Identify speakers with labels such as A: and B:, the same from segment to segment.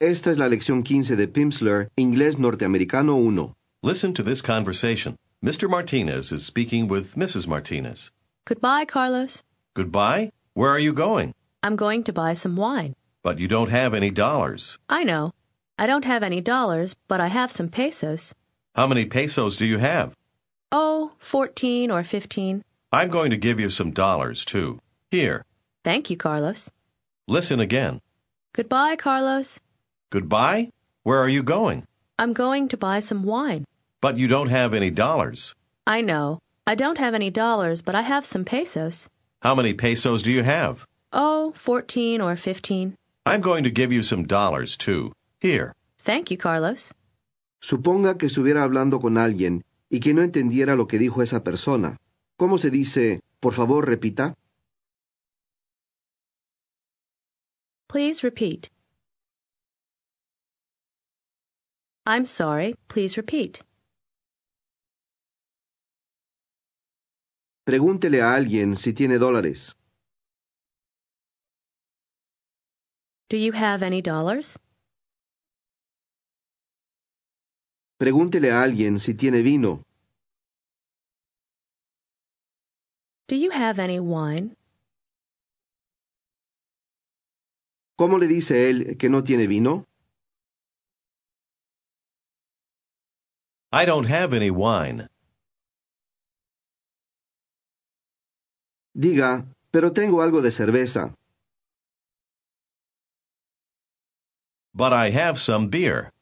A: Esta es la lección 15 de Pimsleur, Inglés Norteamericano 1.
B: Listen to this conversation. Mr. Martinez is speaking with Mrs. Martinez.
C: Goodbye, Carlos.
B: Goodbye. Where are you going?
C: I'm going to buy some wine.
B: But you don't have any dollars.
C: I know. I don't have any dollars, but I have some pesos.
B: How many pesos do you have?
C: Oh, fourteen or 15.
B: I'm going to give you some dollars, too. Here.
C: Thank you, Carlos.
B: Listen again.
C: Goodbye, Carlos.
B: Goodbye. Where are you going?
C: I'm going to buy some wine.
B: But you don't have any dollars.
C: I know. I don't have any dollars, but I have some pesos.
B: How many pesos do you have?
C: Oh, fourteen or 15.
B: I'm going to give you some dollars, too. Here.
C: Thank you, Carlos.
A: Suponga que estuviera hablando con alguien y que no entendiera lo que dijo esa persona. ¿Cómo se dice, por favor, repita?
C: Please repeat. I'm sorry. Please repeat.
A: Pregúntele a alguien si tiene dólares.
C: Do you have any dollars?
A: Pregúntele a alguien si tiene vino.
C: Do you have any wine?
A: ¿Cómo le dice él que no tiene vino?
B: I don't have any wine.
A: Diga, pero tengo algo de cerveza.
B: But I have some beer.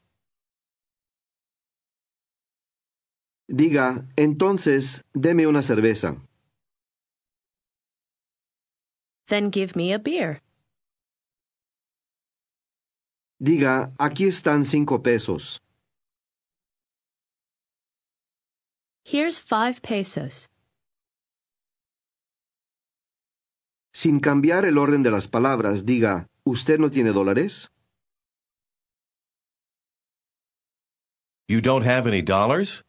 A: Diga, entonces, deme una cerveza.
C: Then give me a beer.
A: Diga, aquí están cinco pesos.
C: Here's five pesos.
A: Sin cambiar el orden de las palabras, diga, ¿usted no tiene dólares?
B: You don't have any dollars?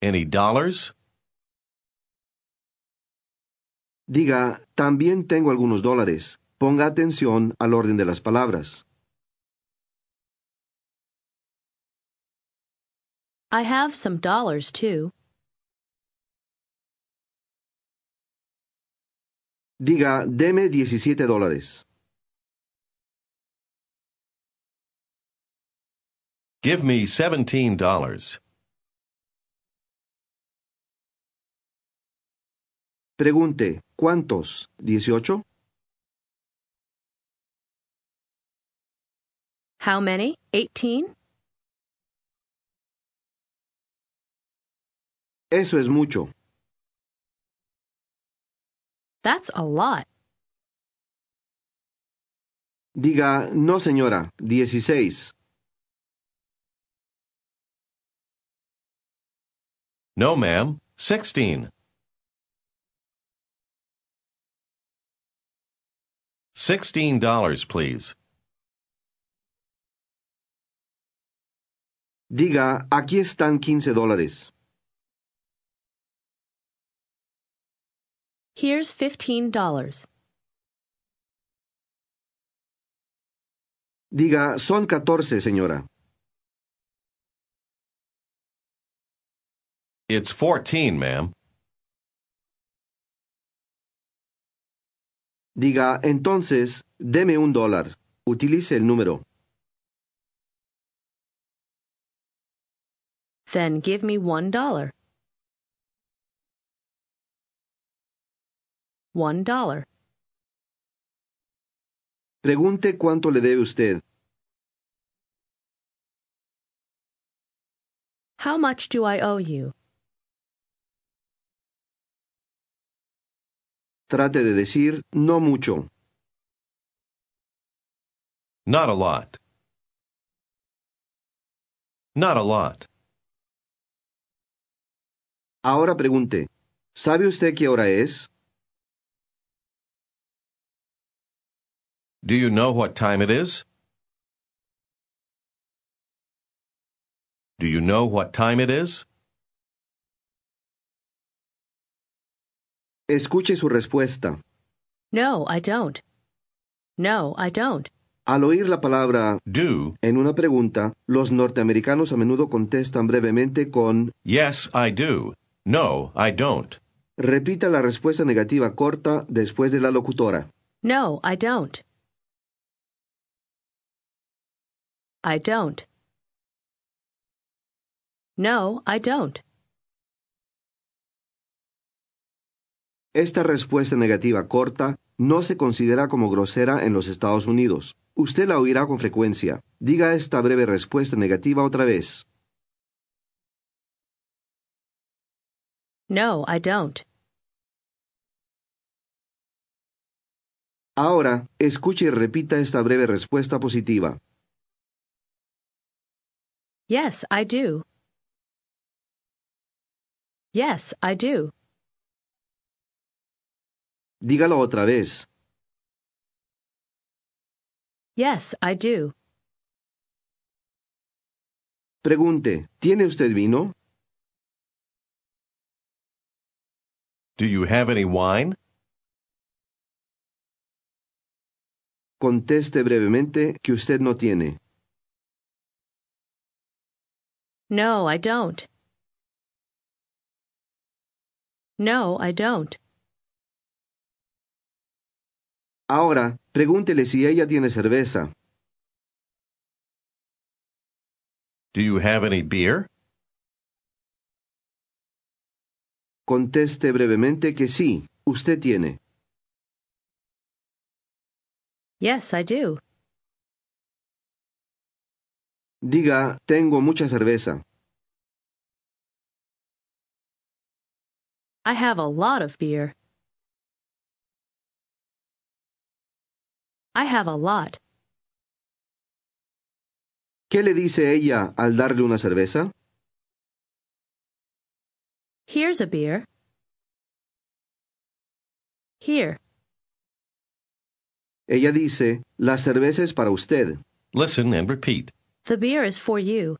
B: Any dollars?
A: Diga, también tengo algunos dólares. Ponga atención al orden de las palabras.
C: I have some dollars, too.
A: Diga, deme 17 dólares.
B: Give me seventeen dollars.
A: Pregunte, ¿cuántos? ¿18?
C: How many? Eighteen?
A: Eso es mucho.
C: That's a lot.
A: Diga, no señora, 16.
B: No, ma'am. Sixteen. Sixteen dollars, please.
A: Diga, aquí están 15 dólares.
C: Here's fifteen dollars.
A: Diga, son 14, señora.
B: It's fourteen, ma'am.
A: Diga, entonces, deme un dólar. Utilice el número.
C: Then give me one dollar. One dollar.
A: Pregunte cuánto le debe usted.
C: How much do I owe you?
A: Trate de decir, no mucho.
B: Not a lot. Not a lot.
A: Ahora pregunte, ¿sabe usted qué hora es?
B: Do you know what time it is? Do you know what time it is?
A: Escuche su respuesta.
C: No, I don't. No, I don't.
A: Al oír la palabra
B: Do,
A: en una pregunta, los norteamericanos a menudo contestan brevemente con
B: yes, I do. No, I don't.
A: repita la respuesta negativa corta después de la locutora.
C: No, I don't. I don't. No, I don't.
A: Esta respuesta negativa corta no se considera como grosera en los Estados Unidos. Usted la oirá con frecuencia. Diga esta breve respuesta negativa otra vez.
C: No, I don't.
A: Ahora, escuche y repita esta breve respuesta positiva.
C: Yes, I do. Yes, I do.
A: Dígalo otra vez.
C: Yes, I do.
A: Pregunte, ¿tiene usted vino?
B: Do you have any wine?
A: Conteste brevemente que usted no tiene.
C: No, I don't. No, I don't.
A: Ahora, pregúntele si ella tiene cerveza.
B: Do you have any beer?
A: Conteste brevemente que sí, usted tiene.
C: Yes, I do.
A: Diga, tengo mucha cerveza.
C: I have a lot of beer. I have a lot.
A: ¿Qué le dice ella al darle una cerveza?
C: Here's a beer. Here.
A: Ella dice, la cerveza es para usted.
B: Listen and repeat.
C: The beer is for you.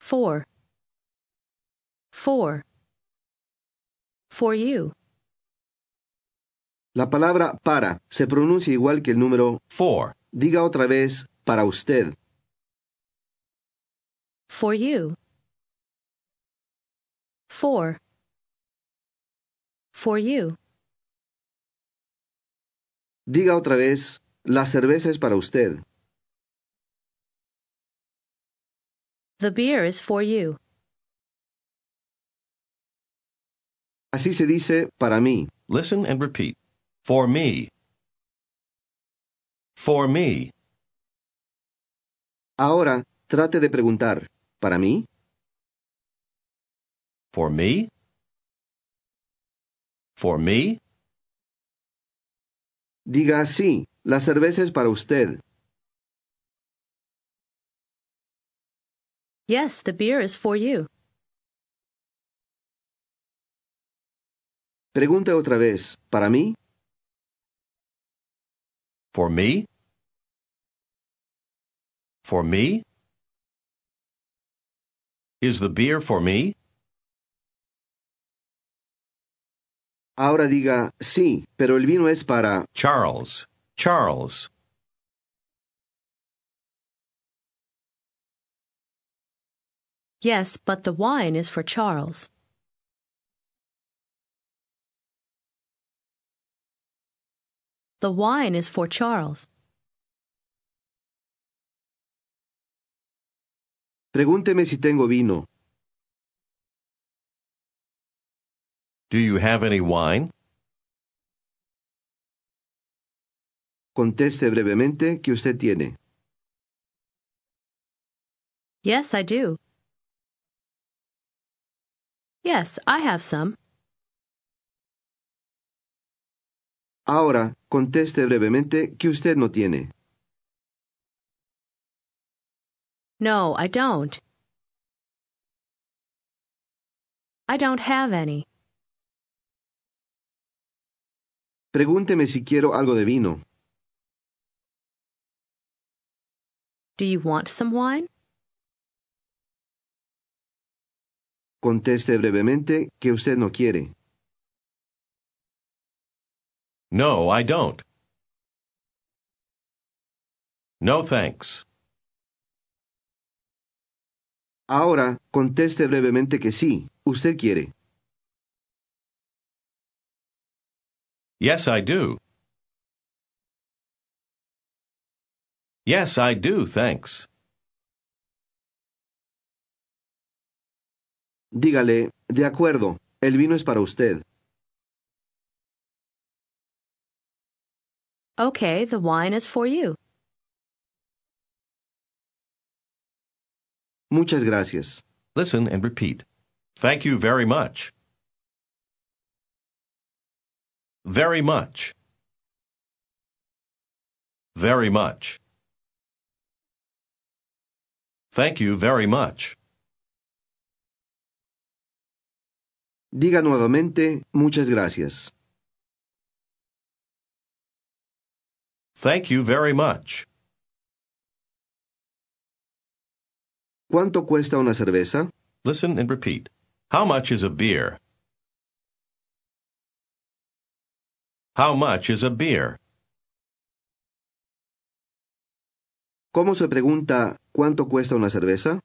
C: For. For. For you.
A: La palabra para se pronuncia igual que el número.
B: Four.
A: Diga otra vez, para usted.
C: For you. For. For you.
A: Diga otra vez, la cerveza es para usted.
C: The beer is for you.
A: Así se dice para mí.
B: Listen and repeat. For me. For me.
A: Ahora, trate de preguntar, ¿para mí?
B: For me? For me?
A: Diga sí, la cerveza es para usted.
C: Yes, the beer is for you.
A: Pregunte otra vez, ¿para mí?
B: For me? For me? Is the beer for me?
A: Ahora diga sí, pero el vino es para...
B: Charles. Charles.
C: Yes, but the wine is for Charles. The wine is for Charles.
A: Pregúnteme si tengo vino.
B: Do you have any wine?
A: Conteste brevemente que usted tiene.
C: Yes, I do. Yes, I have some.
A: Ahora, conteste brevemente que usted no tiene.
C: No, I don't. I don't have any.
A: Pregúnteme si quiero algo de vino.
C: Do you want some wine?
A: Conteste brevemente que usted no quiere.
B: No, I don't. No, thanks.
A: Ahora, conteste brevemente que sí, usted quiere.
B: Yes, I do. Yes, I do, thanks.
A: Dígale, de acuerdo, el vino es para usted.
C: Okay, the wine is for you.
A: Muchas gracias.
B: Listen and repeat. Thank you very much. Very much. Very much. Thank you very much.
A: Diga nuevamente, muchas gracias.
B: Thank you very much.
A: ¿Cuánto cuesta una cerveza?
B: Listen and repeat. How much is a beer? How much is a beer?
A: ¿Cómo se pregunta cuánto cuesta una cerveza?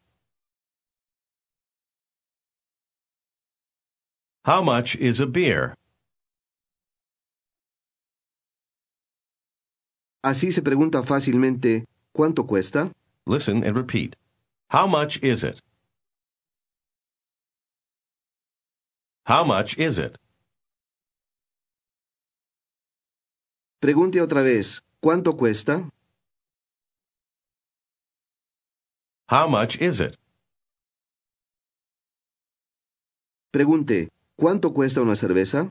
B: How much is a beer?
A: Así se pregunta fácilmente, ¿cuánto cuesta?
B: Listen and repeat. How much is it? How much is it?
A: Pregunte otra vez, ¿cuánto cuesta?
B: How much is it?
A: Pregunte, ¿cuánto cuesta una cerveza?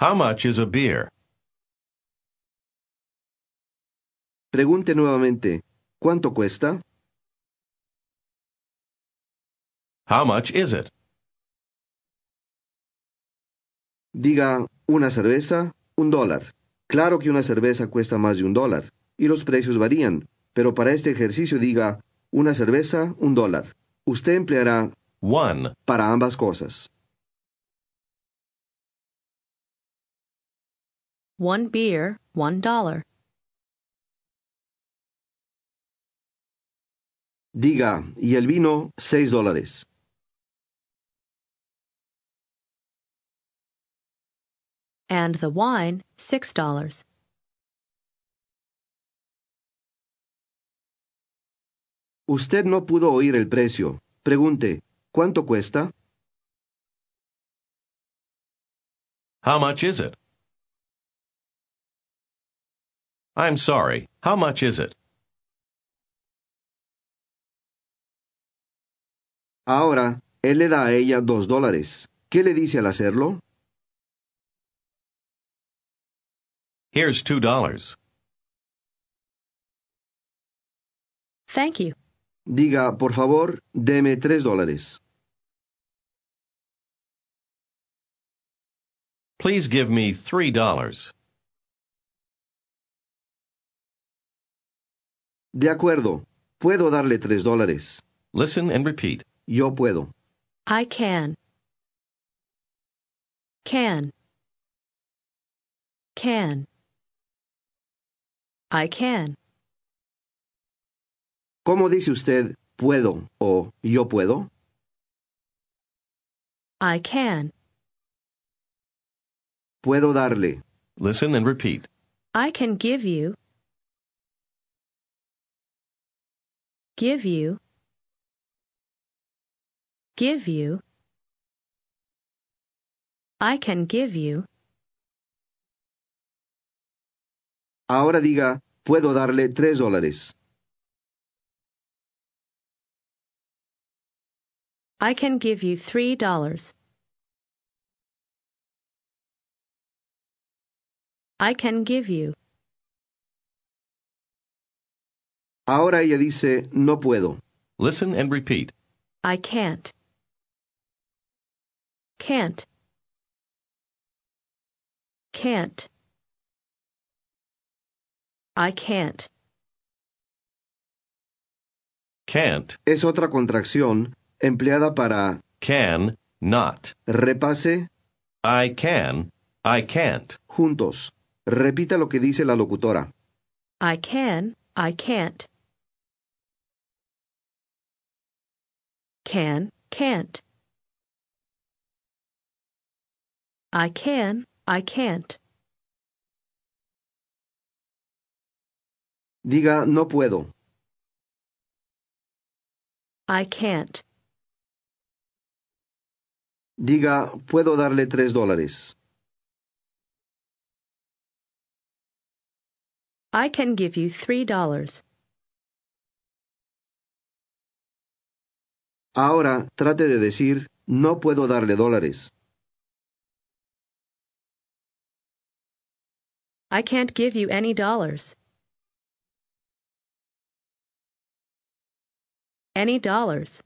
B: How much is a beer?
A: Pregunte nuevamente, ¿cuánto cuesta?
B: How much is it?
A: Diga, una cerveza, un dólar. Claro que una cerveza cuesta más de un dólar, y los precios varían, pero para este ejercicio diga, una cerveza, un dólar. Usted empleará
B: One.
A: para ambas cosas.
C: One beer, one dollar.
A: Diga, y el vino, seis dólares.
C: And the wine, six dollars.
A: Usted no pudo oír el precio. Pregunte, ¿cuánto cuesta?
B: How much is it? I'm sorry. How much is it?
A: Ahora, él le da a ella dos dólares. ¿Qué le dice al hacerlo?
B: Here's two dollars.
C: Thank you.
A: Diga, por favor, deme tres dólares.
B: Please give me three dollars.
A: De acuerdo, puedo darle tres dólares.
B: Listen and repeat.
A: Yo puedo.
C: I can. Can. Can. I can.
A: ¿Cómo dice usted puedo o yo puedo?
C: I can.
A: Puedo darle.
B: Listen and repeat.
C: I can give you. Give you. Give you. I can give you.
A: Ahora diga, puedo darle tres dólares.
C: I can give you three dollars. I can give you.
A: Ahora ella dice, no puedo.
B: Listen and repeat.
C: I can't. Can't. Can't. I can't.
B: Can't.
A: Es otra contracción empleada para
B: Can. Not.
A: repase,
B: I can, I can't.
A: Juntos. Repita lo que dice la locutora.
C: I can, I can't. Can, can't. I can, I can't.
A: Diga no puedo.
C: I can't.
A: Diga puedo darle tres dólares.
C: I can give you three dollars.
A: Ahora trate de decir no puedo darle dólares.
C: I can't give you any dollars. Any dollars.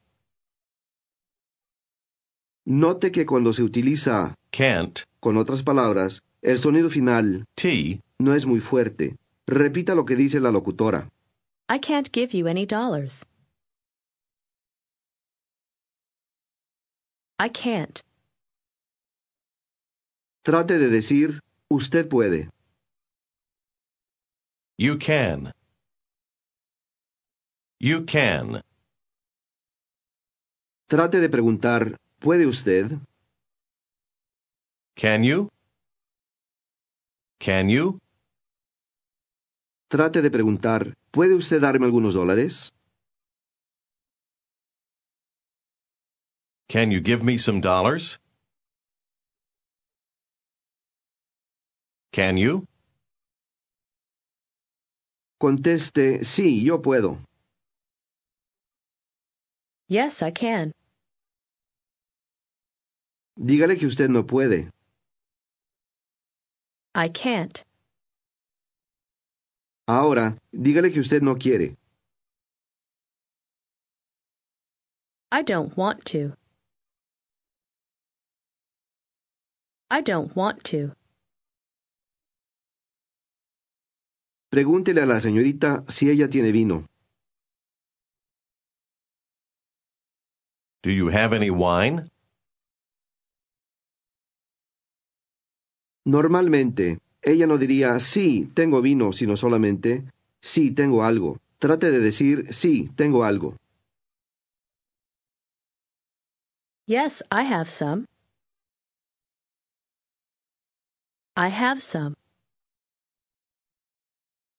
A: Note que cuando se utiliza
B: Can't,
A: con otras palabras, el sonido final
B: T,
A: no es muy fuerte. Repita lo que dice la locutora.
C: I can't give you any dollars. I can't.
A: Trate de decir usted puede.
B: you can. You can.
A: Trate de preguntar ¿puede usted?
B: Can you? Can you?
A: Trate de preguntar ¿puede usted darme algunos dólares?
B: Can you give me some dollars? Can you?
A: Conteste sí, yo puedo.
C: Yes, I can.
A: Dígale que usted no puede.
C: I can't.
A: Ahora, dígale que usted no quiere.
C: I don't want to. I don't want to.
A: Pregúntele a la señorita si ella tiene vino.
B: Do you have any wine?
A: Normalmente, ella no diría sí, tengo vino, sino solamente sí, tengo algo. Trate de decir sí, tengo algo.
C: Yes, I have some. I have some.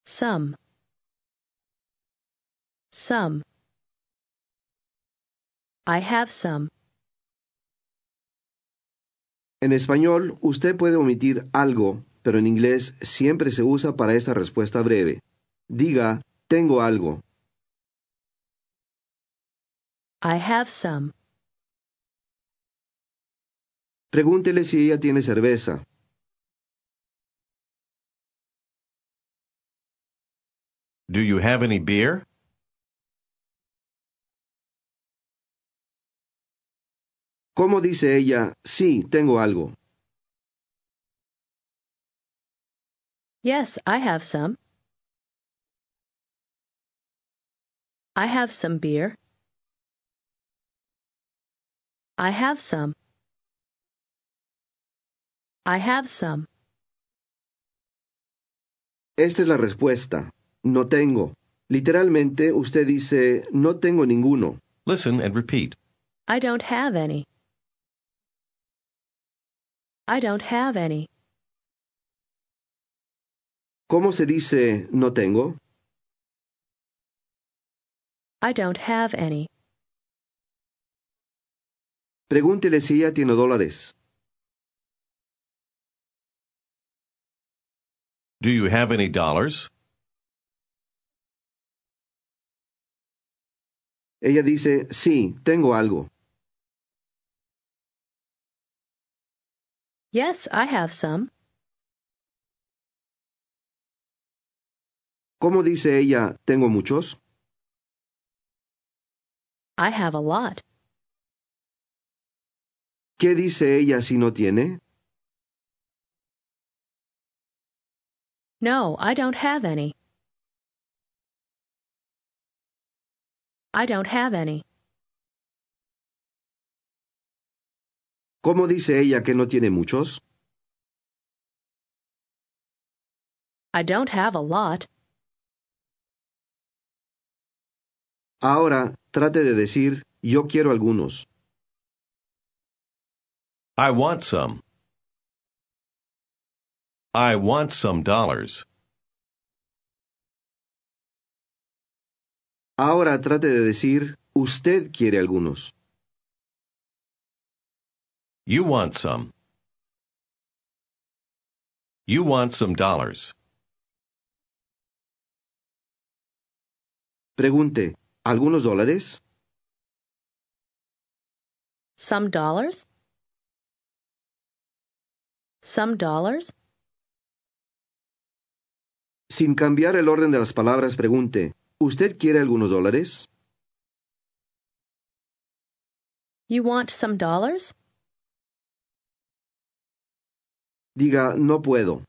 C: Some. Some. I have some.
A: En español, usted puede omitir algo, pero en inglés siempre se usa para esta respuesta breve. Diga, tengo algo.
C: I have some.
A: Pregúntele si ella tiene cerveza.
B: Do you have any beer?
A: ¿Cómo dice ella, sí, tengo algo?
C: Yes, I have some. I have some beer. I have some. I have some.
A: Esta es la respuesta. No tengo. Literalmente, usted dice, no tengo ninguno.
B: Listen and repeat.
C: I don't have any. I don't have any.
A: ¿Cómo se dice, no tengo?
C: I don't have any.
A: Pregúntele si ella tiene dólares.
B: Do you have any dollars?
A: Ella dice, sí, tengo algo.
C: Yes, I have some.
A: ¿Cómo dice ella, tengo muchos?
C: I have a lot.
A: ¿Qué dice ella si no tiene?
C: No, I don't have any. I don't have any.
A: ¿Cómo dice ella que no tiene muchos?
C: I don't have a lot.
A: Ahora trate de decir yo quiero algunos.
B: I want some. I want some dollars.
A: Ahora trate de decir usted quiere algunos.
B: You want some. You want some dollars.
A: Pregunte, ¿algunos dólares?
C: Some dollars? Some dollars?
A: Sin cambiar el orden de las palabras, pregunte, ¿usted quiere algunos dólares?
C: You want some dollars?
A: Diga, no puedo.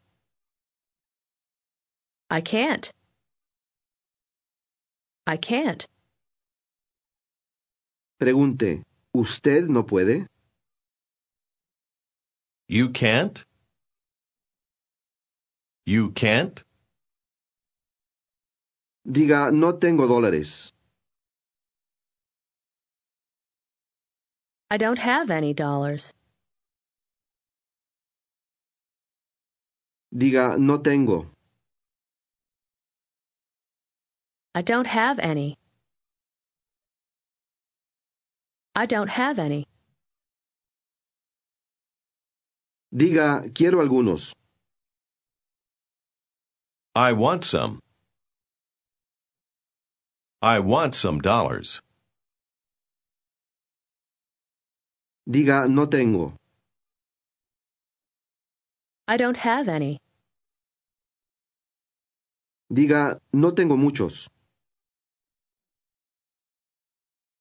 C: I can't. I can't.
A: Pregunte, ¿usted no puede?
B: You can't? You can't?
A: Diga, no tengo dólares.
C: I don't have any dollars.
A: Diga, no tengo.
C: I don't have any. I don't have any.
A: Diga, quiero algunos.
B: I want some. I want some dollars.
A: Diga, no tengo.
C: I don't have any.
A: Diga, no tengo muchos.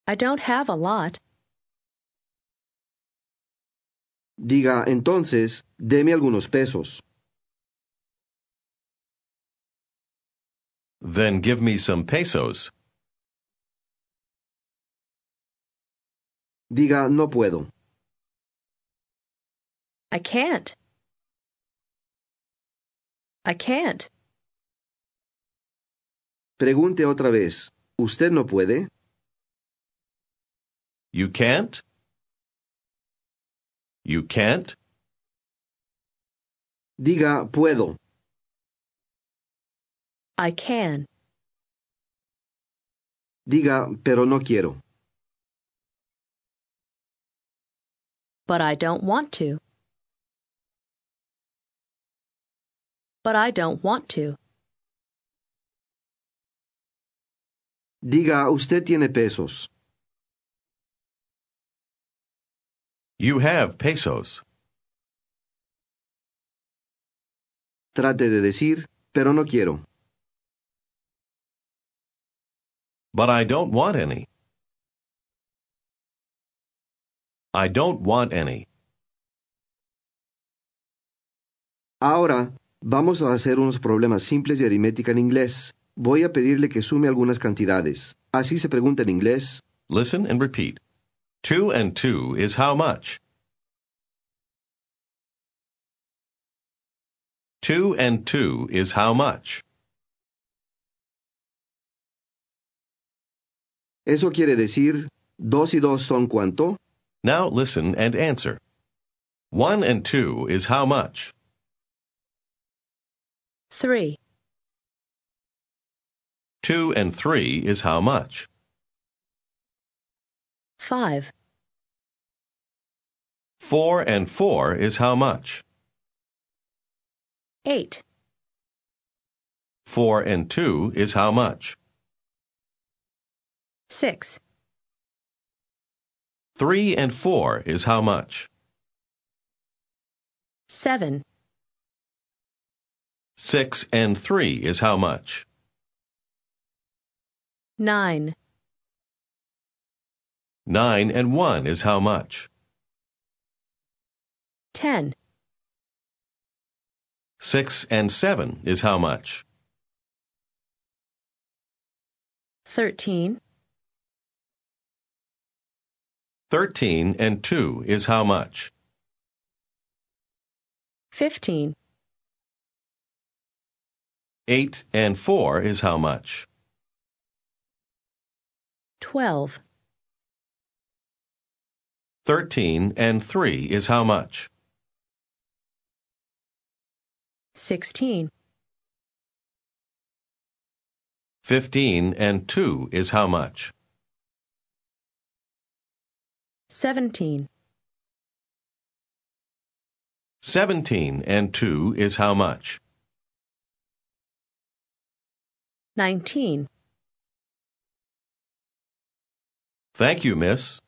C: I don't have a lot.
A: Diga, entonces, deme algunos pesos.
B: Then give me some pesos.
A: Diga, no puedo.
C: I can't. I can't.
A: Pregunte otra vez, ¿usted no puede?
B: You can't? You can't?
A: Diga, puedo.
C: I can.
A: Diga, pero no quiero.
C: But I don't want to. But I don't want to.
A: Diga, usted tiene pesos.
B: You have pesos.
A: Trate de decir, pero no quiero.
B: But I don't want any. I don't want any.
A: Ahora, vamos a hacer unos problemas simples de aritmética en inglés. Voy a pedirle que sume algunas cantidades. Así se pregunta en inglés.
B: Listen and repeat. Two and two is how much? Two and two is how much?
A: Eso quiere decir, dos y dos son cuánto?
B: Now listen and answer. One and two is how much?
C: Three.
B: Two and three is how much?
C: Five.
B: Four and four is how much?
C: Eight.
B: Four and two is how much?
C: Six.
B: Three and four is how much?
C: Seven.
B: Six and three is how much?
C: Nine.
B: Nine and one is how much?
C: Ten.
B: Six and seven is how much?
C: Thirteen.
B: Thirteen and two is how much?
C: 15.
B: 8 and 4 is how much?
C: 12.
B: 13 and 3 is how much?
C: 16.
B: 15 and 2 is how much?
C: 17.
B: 17 and 2 is how much?
C: 19.
B: Thank you, miss.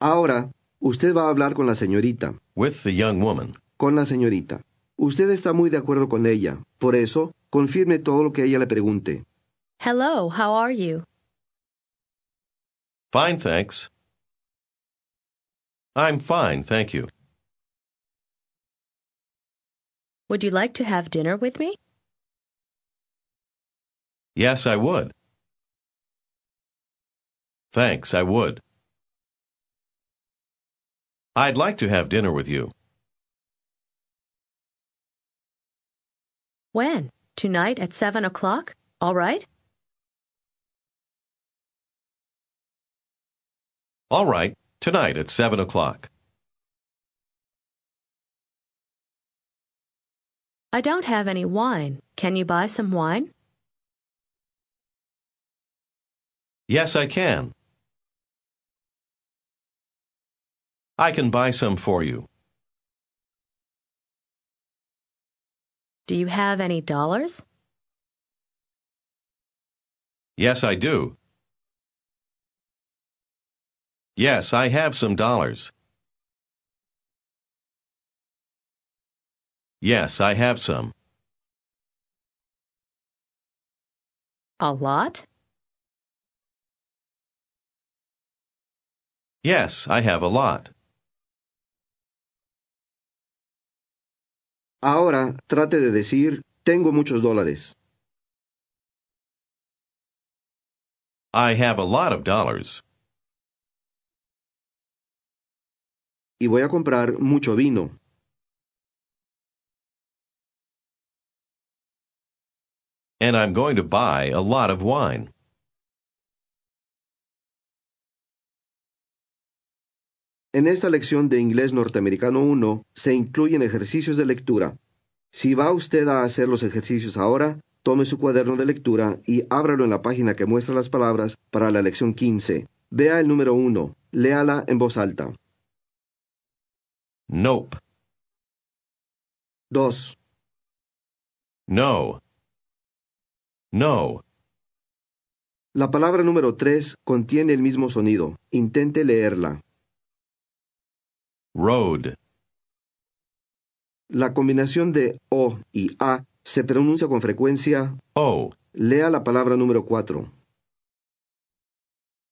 A: Ahora, usted va a hablar con la señorita.
B: With the young woman.
A: Con la señorita. Usted está muy de acuerdo con ella. Por eso, confirme todo lo que ella le pregunte.
C: Hello, how are you?
B: Fine, thanks. I'm fine, thank you.
C: Would you like to have dinner with me?
B: Yes, I would. Thanks, I would. I'd like to have dinner with you.
C: When? Tonight at 7 o'clock? All right?
B: All right, tonight at 7 o'clock.
C: I don't have any wine. Can you buy some wine?
B: Yes, I can. I can buy some for you.
C: Do you have any dollars?
B: Yes, I do. Yes, I have some dollars. Yes, I have some.
C: A lot?
B: Yes, I have a lot.
A: Ahora, trate de decir, tengo muchos dólares.
B: I have a lot of dollars.
A: Y voy a comprar mucho vino.
B: And I'm going to buy a lot of wine.
A: En esta lección de inglés norteamericano 1 se incluyen ejercicios de lectura. Si va usted a hacer los ejercicios ahora, tome su cuaderno de lectura y ábralo en la página que muestra las palabras para la lección 15. Vea el número 1, léala en voz alta.
B: Nope.
A: 2,
B: No. No.
A: La palabra número 3 contiene el mismo sonido. Intente leerla.
B: Road.
A: La combinación de O y A se pronuncia con frecuencia.
B: Oh.
A: Lea la palabra número 4.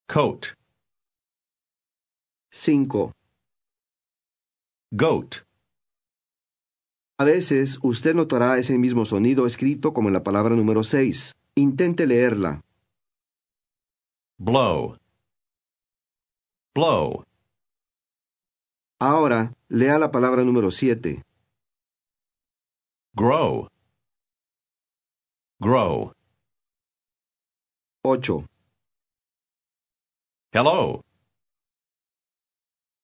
B: Coat.
A: 5.
B: Goat.
A: A veces usted notará ese mismo sonido escrito como en la palabra número 6. Intente leerla.
B: Blow. Blow.
A: Ahora, lea la palabra número 7.
B: Grow. Grow.
A: 8.
B: Hello.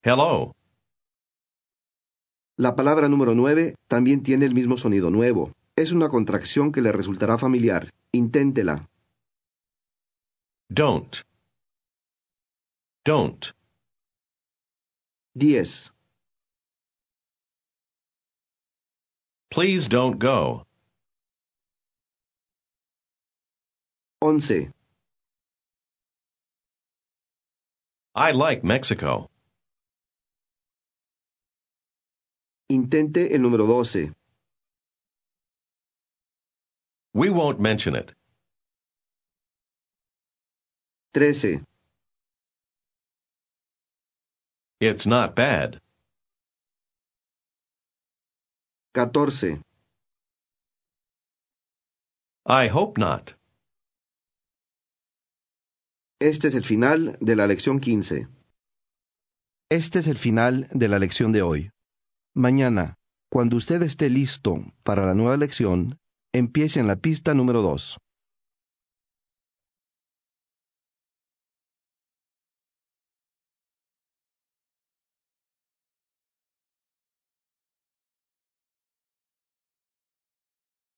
B: Hello.
A: La palabra número 9 también tiene el mismo sonido nuevo. Es una contracción que le resultará familiar. Inténtela.
B: Don't. Don't.
A: 10.
B: Please don't go.
A: 11.
B: I like Mexico.
A: Intente el número 12.
B: We won't mention it.
A: 13.
B: It's not bad.
A: 14.
B: I hope not.
A: Este es el final de la lección 15. Este es el final de la lección de hoy. Mañana, Cuando usted esté listo para la nueva lección, empiece en la pista número 2.